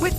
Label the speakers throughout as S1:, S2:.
S1: With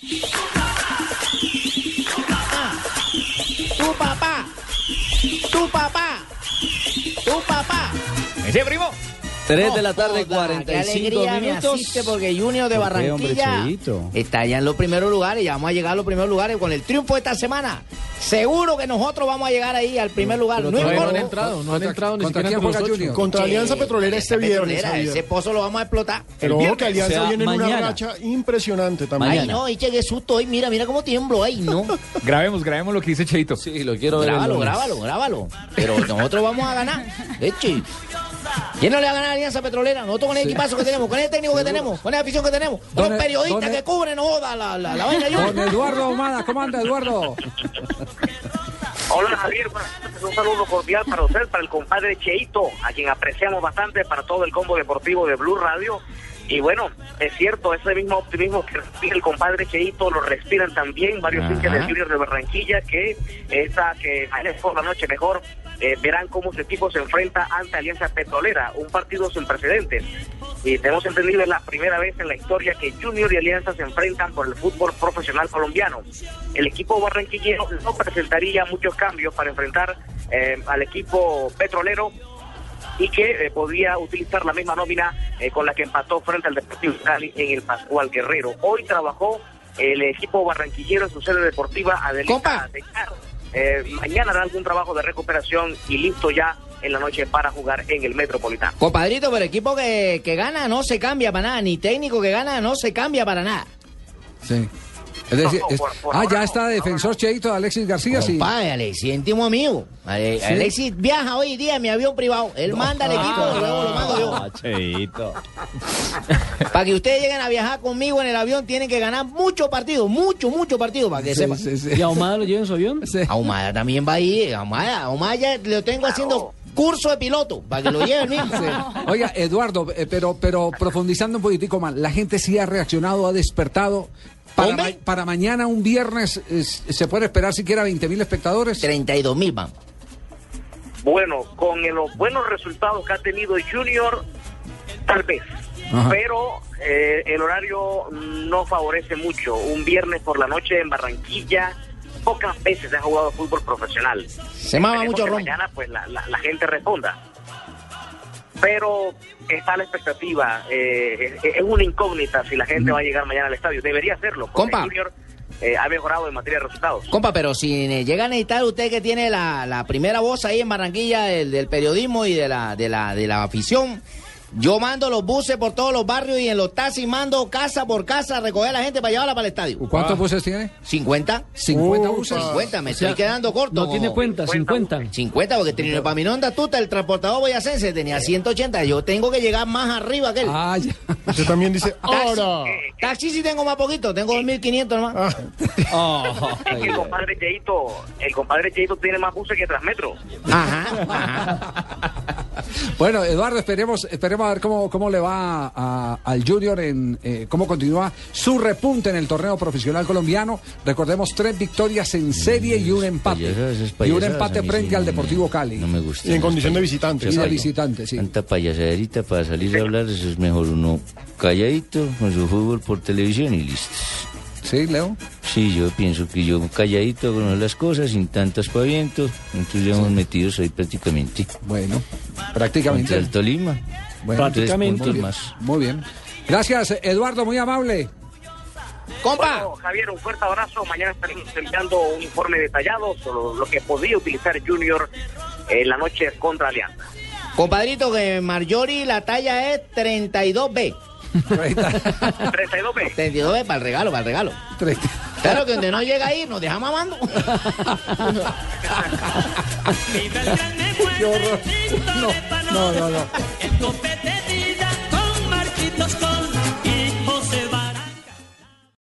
S2: Tu papá. Tu papá. Tu papá.
S3: ¿Ese primo?
S4: 3 de la tarde,
S2: Joda,
S4: 45
S2: qué alegría me
S4: minutos.
S2: asiste porque Junior de
S4: ¿Por qué, hombre,
S2: Barranquilla
S4: Cheito?
S2: está ya en los primeros lugares. Ya vamos a llegar a los primeros lugares con el triunfo de esta semana. Seguro que nosotros vamos a llegar ahí al primer lugar. No
S5: Todavía no han
S2: importa.
S5: entrado, no han entrado ni
S6: contra
S5: siquiera
S6: quién
S5: entre los
S6: juega
S5: ocho.
S6: Junior?
S5: Con-
S6: Contra
S2: Alianza Petrolera este viernes. Ese pozo lo vamos a explotar.
S6: Pero ojo que
S4: O
S6: Alianza
S4: sea,
S6: viene en una
S4: mañana.
S6: racha impresionante también.
S2: Ay, no, y llegué susto hoy. Mira, mira cómo tiemblo. Ay, no.
S3: Grabemos, grabemos lo que dice Cheito.
S4: Sí, lo quiero ver. el
S2: Grábalo,
S4: lunes.
S2: grábalo, grábalo. Pero nosotros vamos a ganar. Eche. ¿Quién no le va a ganar a Alianza Petrolera? Nosotros con el equipazo que tenemos, con el técnico que tenemos, con la afición que tenemos, con
S6: Don
S2: los
S6: E-
S2: periodistas
S6: don E-
S2: que cubren, no joda la, la, la vaina.
S6: Don
S2: yo.
S6: Eduardo Omada, ¿cómo anda Eduardo?
S7: Hola Javier, buenas tardes. un saludo cordial para usted, para el compadre Cheito, a quien apreciamos bastante, para todo el combo deportivo de Blue Radio. Y bueno, es cierto, ese mismo optimismo que respira el compadre Cheito lo respiran también varios
S2: Ajá.
S7: hinchas del Junior de Barranquilla, que esa que es por la noche mejor, eh, verán cómo su equipo se enfrenta ante Alianza Petrolera, un partido sin precedentes. Y tenemos entendido es la primera vez en la historia que Junior y Alianza se enfrentan por el fútbol profesional colombiano. El equipo barranquillero no presentaría muchos cambios para enfrentar eh, al equipo petrolero y que eh, podría utilizar la misma nómina eh, con la que empató frente al Deportivo Cali en el Pascual Guerrero. Hoy trabajó el equipo barranquillero en su sede deportiva
S2: Compa.
S7: Adelita de Caro. Eh, mañana hará algún trabajo de recuperación y listo ya en la noche para jugar en el Metropolitano.
S2: Compadrito, pero equipo que, que gana no se cambia para nada, ni técnico que gana no se cambia para nada.
S6: Sí. Es decir,
S7: No,
S6: es-
S7: por- por
S6: ah,
S7: ahora
S6: ya
S7: no,
S6: está
S7: por
S6: defensor
S7: ahora.
S6: Cheito Alexis García, sí.
S2: Compadre, Alexis, íntimo amigo. Ale- Alexis viaja hoy día en mi avión privado. Él manda al equipo, luego lo mando yo.
S4: Ah, Cheito.
S2: Para que ustedes lleguen a viajar conmigo en el avión, tienen que ganar muchos partidos, mucho, mucho partidos, para que
S6: Sí,
S2: sepan.
S6: sí, sí.
S4: ¿Y a Omada lo lleva en su avión?
S6: Sí.
S2: Ahumada también va ahí, Ahumada, Ahumada ya lo tengo haciendo curso de piloto, para que lo lleve el mismo.
S6: Oiga, Eduardo, eh, pero, pero profundizando un poquitico más, la gente sí ha reaccionado, ha despertado. Para,
S2: Hombre.
S6: ma- para mañana, un viernes, es- ¿se puede esperar siquiera 20 mil espectadores?
S2: 32 mil, vamos.
S7: Bueno, con el- los buenos resultados que ha tenido Junior, tal vez.
S6: Ajá.
S7: Pero eh, el horario no favorece mucho. Un viernes por la noche en Barranquilla, pocas veces se ha jugado fútbol profesional.
S2: Se mama
S7: Esperemos
S2: mucho
S7: que
S2: ron.
S7: mañana pues la, la- la gente responda. Pero está la expectativa. eh, es, es una incógnita si la gente va a llegar mañana al estadio. Debería hacerlo. Porque
S2: Compa.
S7: Junior eh, ha mejorado en materia de resultados.
S2: Compa, pero si ne- llega a necesitar usted que tiene la, la primera voz ahí en Barranquilla del, del periodismo y de la, de, la, de la afición, yo mando los buses por todos los barrios y en los taxis mando casa por casa a recoger a la gente para llevarla para el estadio.
S6: ¿Cuántos buses tiene?
S2: ¿50?
S6: 50
S2: Uh,
S6: buses.
S2: 50, me
S4: O sea,
S2: estoy quedando corto.
S4: No tiene cuenta, 50.
S2: 50, porque tenía para mi onda tuta, el transportador boyacense tenía 180. Yo tengo que llegar más arriba que él.
S6: Ah, ya. Usted también dice.
S2: Taxi-
S6: ¡Ahora!
S2: Taxi sí tengo más poquito, tengo 2.500 nomás.
S4: Oh,
S7: Es que el compadre Cheito, el compadre Cheito tiene más buses que Transmetro.
S2: Ajá, ajá.
S6: Bueno, Eduardo, esperemos, esperemos a ver cómo, cómo le va a- al Junior, en eh, cómo continúa su repunte en el torneo profesional colombiano. Recordemos tres victorias en serie y un empate.
S8: payasas, Mm, esas
S6: Y un
S8: payasas, a
S6: empate
S8: mí
S6: frente
S8: sí
S6: al
S8: no me-
S6: Deportivo Cali.
S8: No me gusta.
S6: Y en condición de visitante. Y de
S8: Tanta
S6: visitante, sí.
S8: Tanta payasaderita para salir a hablar, eso es mejor uno calladito con su fútbol por televisión y listo.
S6: Sí, Leo.
S8: Sí, yo pienso que yo calladito con las cosas, sin tantos pavientos, entonces ya hemos metido ahí prácticamente.
S6: Bueno,
S8: Contra
S6: prácticamente.
S8: el Tolima.
S6: Bueno,
S8: Tres
S4: Prácticamente.
S8: puntos más.
S6: Muy bien. Gracias, Eduardo, muy amable.
S2: Compa,
S7: Bueno, Javier, un fuerte abrazo. Mañana estaremos enviando un informe detallado sobre lo que podría utilizar Junior en la noche contra Alianza.
S2: compadrito, que Marjorie la talla es 32B.
S7: 32 veces.
S2: 32B para el regalo, para el regalo. Claro que donde no llega ahí, nos deja mamando.
S6: Qué horror. No, no, no, no.